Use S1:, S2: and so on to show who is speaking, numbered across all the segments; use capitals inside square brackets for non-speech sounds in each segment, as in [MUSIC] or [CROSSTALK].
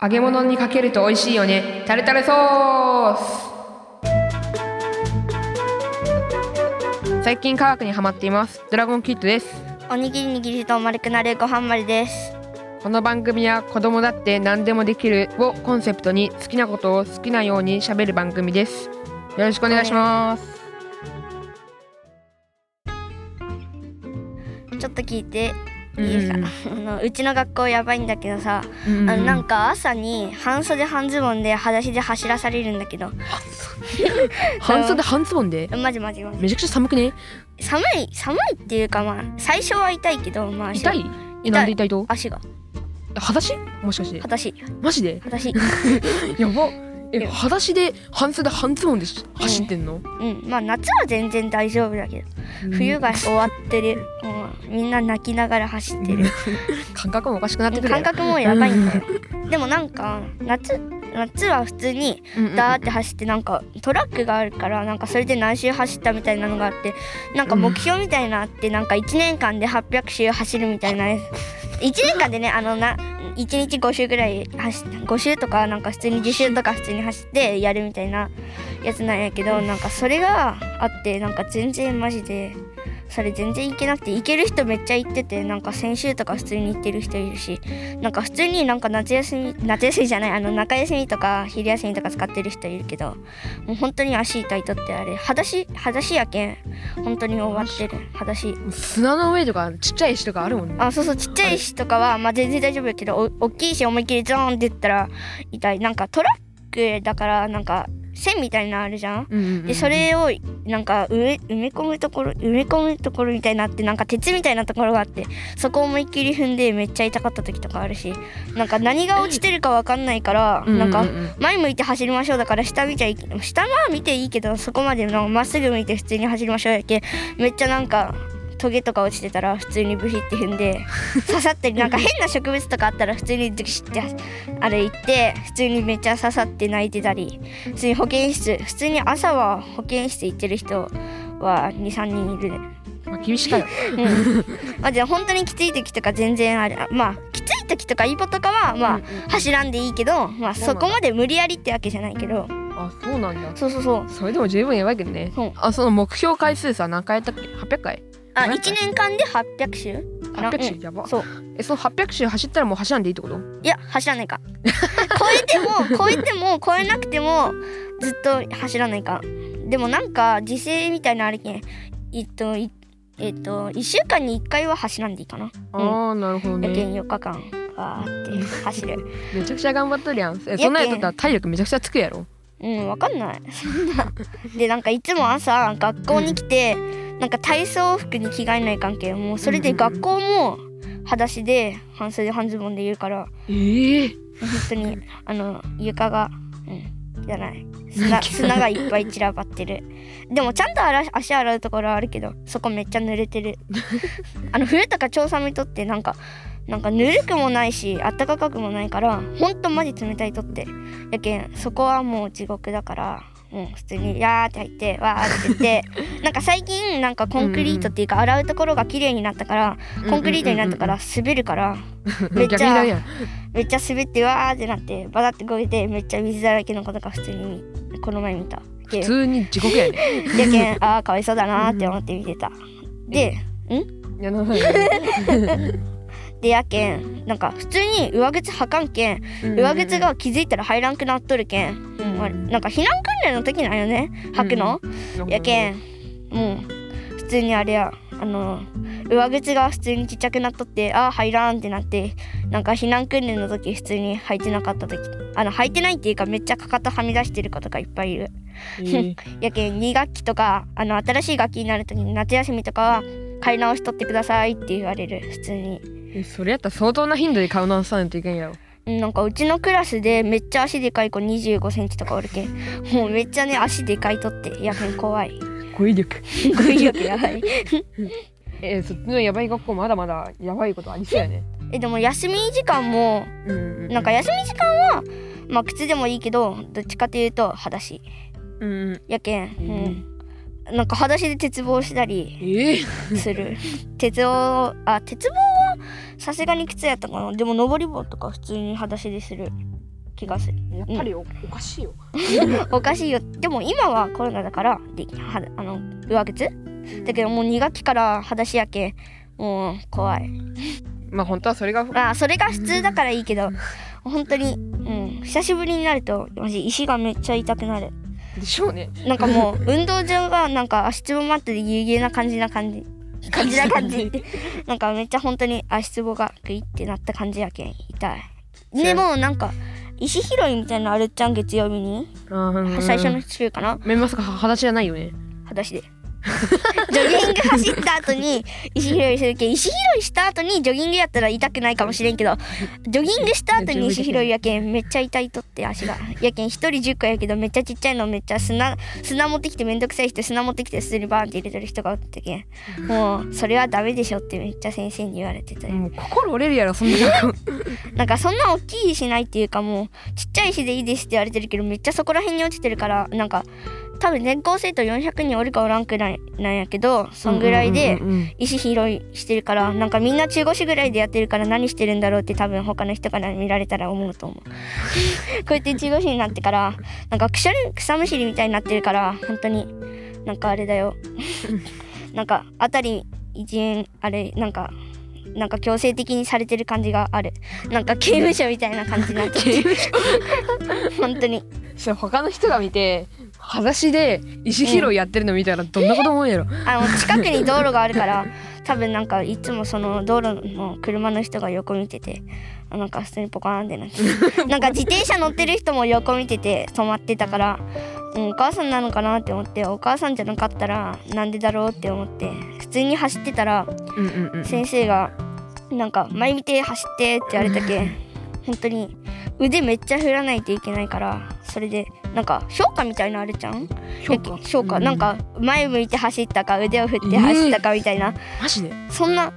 S1: 揚げ物にかけると美味しいよね。タルタルソース。最近科学にハマっています。ドラゴンキットです。
S2: おにぎり握ると丸くなるご飯まりです。
S1: この番組は子供だって何でもできるをコンセプトに好きなことを好きなように喋る番組です。よろしくお願いします。
S2: ちょっと聞いていいですか、 [LAUGHS] あのうちの学校やばいんだけどさ、
S1: うんうん
S2: あのなんか朝に半袖半ズボンで裸足で走らされるんだけど
S1: 半袖半ズボンで
S2: マジマジマジ
S1: めちゃくちゃ寒くね
S2: 寒い寒いっていうかまあ最初は痛いけどまあ足
S1: 痛
S2: が
S1: いえなんで痛いと
S2: 足が
S1: 裸足もしかして
S2: 裸足
S1: マジで
S2: 裸足
S1: やば
S2: い
S1: え
S2: や
S1: 裸足で半袖半ズボンでし走ってんの、
S2: うんまあ夏は全然大丈夫だけど冬が終わってるもうみんな泣きながら走ってる
S1: 感覚もおかしくなってくる
S2: 感覚もやばいんだよでもなんか夏夏は普通にダーって走ってなんかトラックがあるからなんかそれで何周走ったみたいなのがあってなんか目標みたいなのあってなんか1年間で800周走るみたいな [LAUGHS] やつ1年間でねあのな1日5周ぐらい走って5周とかなんか普通に10周とか普通に走ってやるみたいなやつなんやけどなんかそれがあってなんか全然マジで。それ全然行けなくて行ける人めっちゃ行っててなんか先週とか普通に行ってる人いるしなんか普通になんか夏休み [LAUGHS] 夏休みじゃないあの中休みとか昼休みとか使ってる人いるけどもう本当に足痛いとってあれ裸足裸足やけん本当に終わってる裸足
S1: 砂の上とかちっちゃい石とかあるもんね
S2: あそうそうちっちゃい石とかは、まあ、全然大丈夫やけどお大きい石思いっきりゾーンって言ったら痛いなんかトラックだからなんか線みたいなのあるじゃん
S1: うんうんうん
S2: でそれをなんか埋め埋め込むところ埋め込むところみたいになってなんか鉄みたいなところがあってそこを思いっきり踏んでめっちゃ痛かった時とかあるしなんか何が落ちてるかわかんないから
S1: ううう
S2: なんか前向いて走りましょうだから下見ちゃい下は見ていいけどそこまでのまっすぐ向いて普通に走りましょうやけめっちゃなんかトゲとか落ちてたら普通にブヒって踏んで [LAUGHS] 刺さったりなんか変な植物とかあったら普通にズキシって歩いて普通にめっちゃ刺さって泣いてたり普通に保健室普通に朝は保健室行ってる人は23人いるね
S1: まあ、厳しいから
S2: うん、 [LAUGHS] まあじゃあ本当にきつい時とか全然あれあまあきつい時とかイボとかはまあ、
S1: うんうん
S2: 走らんでいいけど、まあ、
S1: そうなん
S2: そ
S1: だ
S2: こまで無理やりってわけじゃないけど
S1: あそうなんだ
S2: そうそうそう
S1: それでも十分やばいけどね、
S2: うん
S1: あその目標回数さ何回やったっけ800回
S2: あ
S1: なんか
S2: 1年間で800周
S1: 800周
S2: うん
S1: やば
S2: そう
S1: えその800周走ったらもう走らんでいいってこと
S2: いや走らな
S1: [LAUGHS]
S2: いか超えても超えても超えなくてもずっと走らないかでもなんか自制みたいなのあるけんえっといえっと1週間に1回は走らんでいいかな
S1: あーなるほど
S2: やけ
S1: ね
S2: ん4日間わーって走る
S1: めちゃくちゃ頑張っとるやんえ
S2: ん
S1: そんなんやっとったら体力めちゃくちゃつくやろ
S2: うんわかんない [LAUGHS] そんなでなんかいつも朝学校に来て、なんか体操服に着替えない関係もうそれで学校も裸足で半袖半ズボンでいるから
S1: ええ
S2: 本当にあの床が、うん、じゃない砂砂がいっぱい散らばってるでもちゃんと洗い足洗うところはあるけどそこめっちゃ濡れてるあの冬とか調査見とってなんかなんかぬるくもないしあったかかくもないからほんとマジ冷たいとってやけんそこはもう地獄だから。うん、普通に「やー」って入って「わー」って言ってなんか最近なんかコンクリートっていうか洗うところが綺麗になったからコンクリートになったから滑るからめっちゃ
S1: 逆になるやん
S2: めっちゃ滑ってわーってなってバタってこけてめっちゃ水だらけの子とか普通に見この前見たけ
S1: 普通に地獄やね
S2: やけんあーかわいそうだなーって思って見てたで
S1: いやなさいね
S2: [LAUGHS] でやけんなんか普通に上靴履かんけん上靴が気づいたら入らんくなっとるけん、
S1: うん
S2: まあなんか避難訓練の時なんよね履くの、やけ
S1: ん
S2: んもう普通にあれやあの上靴が普通にちっちゃくなっとってあー入らんってなってなんか避難訓練の時普通に履いてなかった時あの履いてないっていうかめっちゃかかとはみ出してる子とかいっぱいいる
S1: えー
S2: やけん2学期とかあの新しい学期になる時に夏休みとかは買い直しとってくださいって言われる普通に
S1: えそれやったら相当な頻度で買う直さないといけんやろ
S2: うんなんかうちのクラスでめっちゃ足でかい子2 5センチとかおるけんもうめっちゃね足でかいとってやけん怖い
S1: 語彙力
S2: 語彙力やばい
S1: [LAUGHS] えー、そっちのやばい学校まだまだやばいことありそうやね
S2: えでも休み時間も
S1: うん
S2: なんか休み時間はまあ靴でもいいけどどっちかというと裸足
S1: うんうん
S2: やけん、うん、なんか裸足で鉄棒したり
S1: [LAUGHS] ええ
S2: する鉄棒あ鉄棒はさすがに靴やったかなでも登り棒とか普通に裸足でする気がする
S3: やっぱりお,、かしいよ。
S2: おかしいよでも今はコロナだからではあの上靴だけどもう2学期から裸足やけもう怖い
S1: [LAUGHS] まあ本当はそれがふ
S2: まあそれが普通だからいいけど本当にうん久しぶりになるとマジ石がめっちゃ痛くなる
S1: でしょうね。
S2: なんかもう運動場がなんか足つぼマットでギュうギュうな感じな感じ感じな感じってなんかめっちゃ本当に足つぼがグイってなった感じやけん痛いでもなんか石拾いみたいなのあるっちゃん月曜日に
S1: 最
S2: 最初の週かな
S1: メンマスカ裸足じゃないよね。
S2: 裸足でジョギング走った後に石拾いするけん石拾いした後にジョギングやったら痛くないかもしれんけどジョギングした後に石拾いやけんめっちゃ痛いとって足がやけん一人10個やけどめっちゃちっちゃいのめっちゃ砂砂持ってきてめんどくさい人砂持ってきて普通にバーンって入れてる人がおったけんもうそれはダメでしょってめっちゃ先生に言われてたよ
S1: もう心折れるやろそんなの。
S2: なんかそんな大きい石ないっていうかもうちっちゃい石でいいですって言われてるけどめっちゃそこら辺に落ちてるからなんか多分全校生徒400人おるかおらんくらいなんやけどそんぐらいで
S1: うんうんうんうん
S2: 石拾いしてるからなんかみんな中腰ぐらいでやってるから何してるんだろうって多分他の人から見られたら思うと思う [LAUGHS] こうやって中腰になってからなんかくしゃり草むしりみたいになってるから本当になんかあれだよ [LAUGHS] なんか辺り一円あれなんかなんか強制的にされてる感じがあるなんか刑務所みたいな感じになってて本当に
S1: [LAUGHS] それ他の人が見て裸足で石拾いやってるの見たらどんなこと思うんやろ。
S2: あの近くに道路があるから多分なんかいつもその道路の車の人が横見ててあなんか普通にポカーンってなってなんか自転車乗ってる人も横見てて止まってたから、うん、お母さんなのかなって思ってお母さんじゃなかったらなんでだろうって思って普通に走ってたら
S1: うんうんうん。
S2: 先生がなんか「前見て走って」って言われたけん本当に腕めっちゃ振らないといけないからそれでなんか評価みたいなのあるじゃん
S1: 評価
S2: 評価
S1: うん
S2: なんか前向いて走ったか腕を振って走ったかみたいな、
S1: マジで。
S2: そんな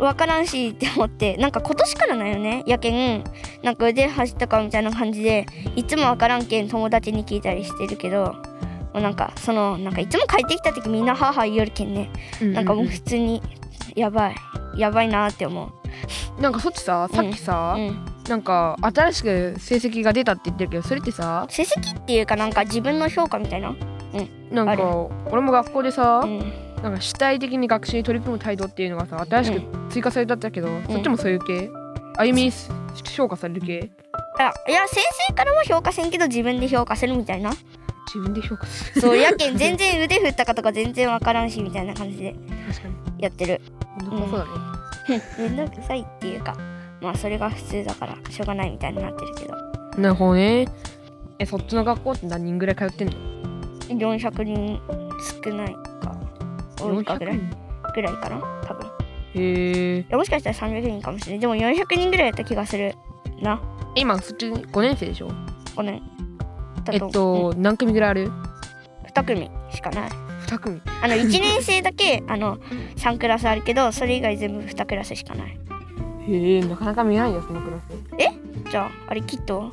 S2: 分からんしって思ってなんか今年からなんよねやけんなんか腕走ったかみたいな感じでいつも分からんけん友達に聞いたりしてるけどもうなんかそのなんかいつも帰ってきた時みんな母言よるけんねなんかもう普通にやばいやばいなって思う。
S1: なんかそっちささっきさ、
S2: うん、
S1: なんか新しく成績が出たって言ってるけどそれってさ
S2: 成績っていうかなんか自分の評価みたいな、
S1: なん
S2: あ
S1: か
S2: る
S1: 俺も学校でさ、
S2: うん、
S1: なんか主体的に学習に取り組む態度っていうのがさ新しく追加されたんだけど、そっちもそういう系歩み評価される系
S2: あいや先生からは評価せんけど自分で評価するみたいな
S1: 自分で評価する
S2: そうやけん全然腕振ったかとか全然わからんしみたいな感じで
S1: [LAUGHS] 確かに
S2: やってる
S1: 本当そうだね、
S2: めんどくさいっていうかまあそれが普通だからしょうがないみたいになってるけど
S1: なるほどねえそっちの学校って何人ぐらい通ってんの
S2: 400人少ないか多いかぐらい
S1: 人
S2: ぐらいかな多分い
S1: へえ
S2: やもしかしたら300人かもしれないでも400人ぐらいやった気がするな
S1: 今そっち5年生でしょ
S2: 5年だ
S1: えっと、何組ぐらいある
S2: 2組しかない
S1: 2組
S2: あの1年生だ
S1: [LAUGHS]
S2: けあの3クラスあるけどそれ以外全部2クラスしかない
S1: へえなかなか見ないよそのクラス
S2: じゃああれきっと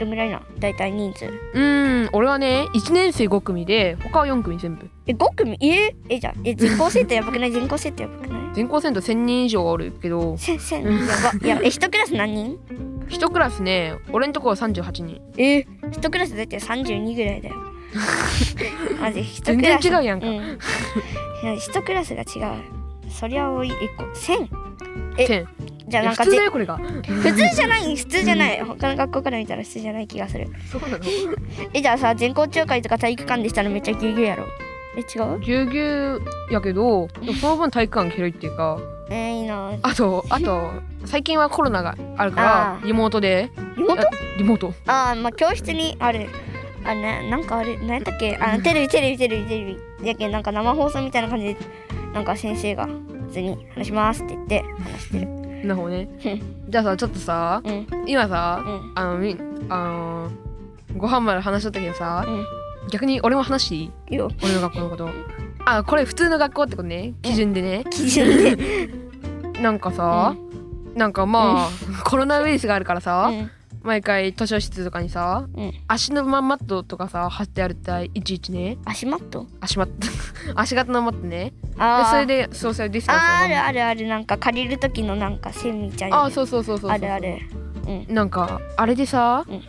S2: どんぐらいな大体人数
S1: うーん俺はね1年生5組で他は4組全部
S2: え5組ええじゃあえ全校生徒やばくない全校生徒やばくない
S1: 全校生徒1000人以上おるけど
S2: せせんやばいやえ1クラス何人
S1: 一クラスね俺んとこは38人
S2: え1クラスだって32ぐらい [LAUGHS] だよマジ1
S1: 全
S2: ク
S1: 然
S2: ラス
S1: 違うやん
S2: う
S1: か、
S2: ん、いや1クラスが違うそりゃ多い1個1000え
S1: 千
S2: じゃあなんか
S1: 普通
S2: ぜ
S1: だよこれが
S2: 普通じゃない普通じゃない他の学校から見たら普通じゃない気がする
S1: そうなの
S2: えじゃあさ全校中会とか体育館でしたらめっちゃギュウギュウやろえ違う
S1: ぎゅうぎゅうやけどでもその分体育館広いっていうか
S2: えー、いいな
S1: あとあと最近はコロナがあるから
S2: あー
S1: リモートで
S2: 妹
S1: あリモート
S2: あーまあ教室にあるあななんかあれ何やったっけあテレビテレビテレビテレビやけんなんか生放送みたいな感じでなんか先生が普通に話しますって言って話してる
S1: なるほど
S2: [LAUGHS]
S1: ねじゃあさちょっとさ
S2: うん
S1: 今さ
S2: うん
S1: あのみあのご飯まで話しとったけどさ
S2: うん
S1: 逆に俺も話していい
S2: いいよ
S1: 俺の学校のことあこれ普通の学校ってことね基準でね
S2: 基準
S1: [LAUGHS]
S2: で
S1: なんかさ、なんかまあ、コロナウイルスがあるからさ、
S2: うん
S1: 毎回図書室とかにさ、
S2: うん
S1: 足のまんマットとかさ貼ってあるっていちいちね
S2: 足マット
S1: 足マット [LAUGHS] 足型のマットね
S2: あ
S1: で
S2: ー
S1: それでソーシャルディスタンスを
S2: あーあ
S1: 守
S2: るあるあるなんか借りる時のなんかセミちゃん
S1: あーそうそうそうそうそう
S2: あるあるうん
S1: なんかあれでさ、
S2: うん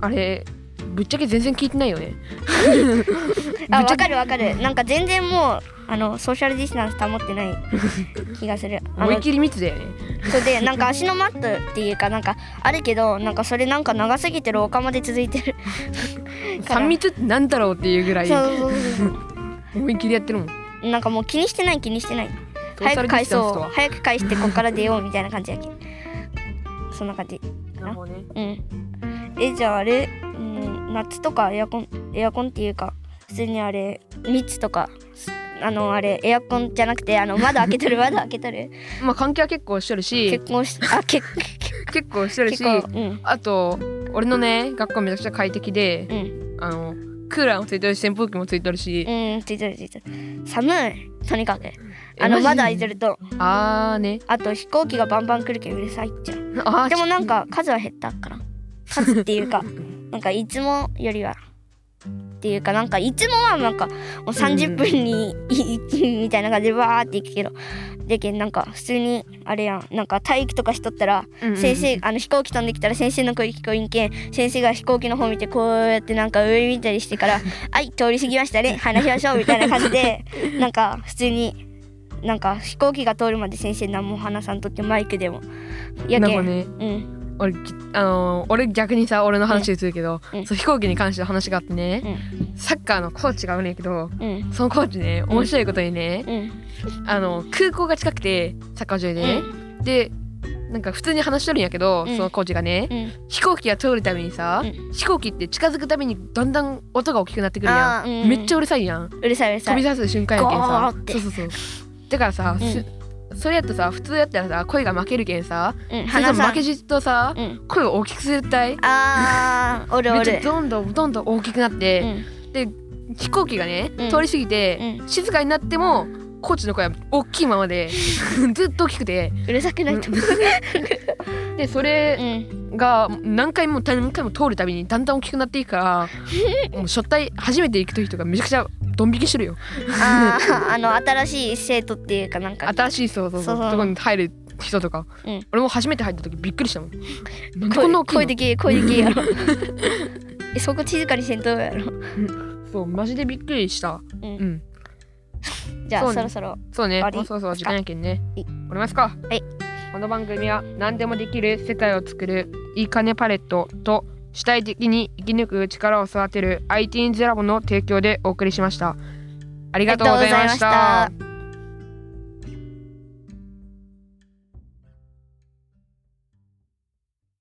S1: あれぶっちゃけ全然聞いてないよね
S2: [LAUGHS] あ
S1: [LAUGHS] ぶっち
S2: わ
S1: ゃけ
S2: かるわかるなんか全然もうあのソーシャルディスタンス保ってない
S1: [LAUGHS]
S2: 気がするあ
S1: 思い
S2: の
S1: っきり密だよね
S2: そうでなんか足のマットっていうかなんかあるけどなんかそれなんか長すぎて廊下まで続いてるから
S1: 3密ってなんだろうっていうぐらい
S2: そうそうそう
S1: 思いっきりやってるもん
S2: そうなんかもう気にしてない気にしてない
S1: トーサ
S2: 早
S1: ル
S2: く
S1: ディ
S2: 返
S1: スタンスと
S2: そ
S1: は
S2: う早く返してこっから出ようみたいな感じやけそんな感じ
S1: なるほどね
S2: うんえじゃああれ、うん、夏とかエアコンエアコンっていうか普通にあれ密とかすあのあれエアコンじゃなくてあの窓開けと [LAUGHS] る窓開けとる
S1: まあ関係は結構してるし
S2: 結婚しあ結
S1: 結構してる
S2: 結
S1: し
S2: 構うん
S1: あと俺のね学校めちゃくちゃ快適で
S2: うん
S1: あのクーラーもついてるし扇風機もついてるし、
S2: うんついてるついてる寒いとにかく
S1: え
S2: あの
S1: マジ
S2: 窓開いてると
S1: あーね
S2: あと飛行機がバンバン来るけどうるさいっちゃう
S1: あー
S2: でもなんか数は減ったから数って [LAUGHS] いうかなんかいつもよりはっていうかなんかいつもはなんかもう30分に1みたいな感じでわーっていくけどでけんなんか普通にあれやんなんか体育とかしとったら
S1: うんうんうん
S2: 先生あの飛行機飛んできたら先生の声聞こえんけん先生が飛行機の方見てこうやってなんか上見たりして [LAUGHS] から「はい通り過ぎましたね話しましょう」みたいな感じ [LAUGHS] でなんか普通に。なんか飛行機が通るまで先生何も話さんとってマイクでもや
S1: な
S2: け
S1: んか
S2: ん、
S1: ね
S2: うん
S1: 俺きあのー俺逆にさ俺の話でするけど、
S2: うんうん
S1: そう飛行機に関しての話があってね、サッカーのコーチがおるんやけど
S2: うん
S1: そのコーチね面白いことにね、
S2: うん
S1: あの空港が近くてサッカー場でね、でなんか普通に話しとるんやけど、
S2: うん
S1: そのコーチがね、
S2: うん
S1: 飛行機が通るためにさ、
S2: う
S1: 飛行機って近づくためにだんだん音が大きくなってくるや、
S2: あーうんんうん
S1: めっちゃうるさいやん
S2: うるさいうる
S1: 飛
S2: さ
S1: び
S2: い
S1: 出す瞬間やけんさ
S2: ゴーって
S1: そうそうそうだからさ、すそれやったらさ普通やったらさ声が負けるけんさ
S2: うん
S1: それと
S2: 花
S1: も
S2: さ
S1: 負け
S2: ん
S1: じとさ、
S2: うん
S1: 声を大きくするたい
S2: あーおる
S1: め
S2: お
S1: っち
S2: る
S1: ゃどんどんどんどん大きくなっ
S2: う
S1: て、
S2: ん
S1: 飛行機がね、
S2: うん
S1: 通り過ぎて、
S2: う
S1: 静かになってもコーチの声は大きいまま
S2: [LAUGHS]
S1: でずっと大きくて
S2: うるさくないと思う
S1: でそうれ
S2: ん
S1: が何回も何回も通るたびにだんだん大きくなっていく [LAUGHS] からもう初対初めて行く時とかめちゃくちゃドン引きしてるよ
S2: あーあの新しい生徒っていうかなんか
S1: 新しいそうそうそう
S2: そうそう
S1: とこに入る人とか、
S2: うん
S1: 俺も初めて入った時びっくりした [LAUGHS] もんなんでこ
S2: 声
S1: んな大きいの
S2: 声でけえ声でけえ
S1: [LAUGHS]
S2: やろえそこ静かにせんとやろ
S1: そうマジでびっくりした
S2: う
S1: うんん
S2: じゃ
S1: そ
S2: あ
S1: うね
S2: そろそろ
S1: そうね。
S2: 終わり
S1: もうそうそう
S2: です
S1: 時
S2: か
S1: 間やけんね。
S2: い。
S1: 終わりますか。はいこの番組は何でもできる世界を作るいい金パレットと主体的に生き抜く力を育てる IT's ラボの提供でお送りしました。ありがとうございました。
S2: ありがとうございました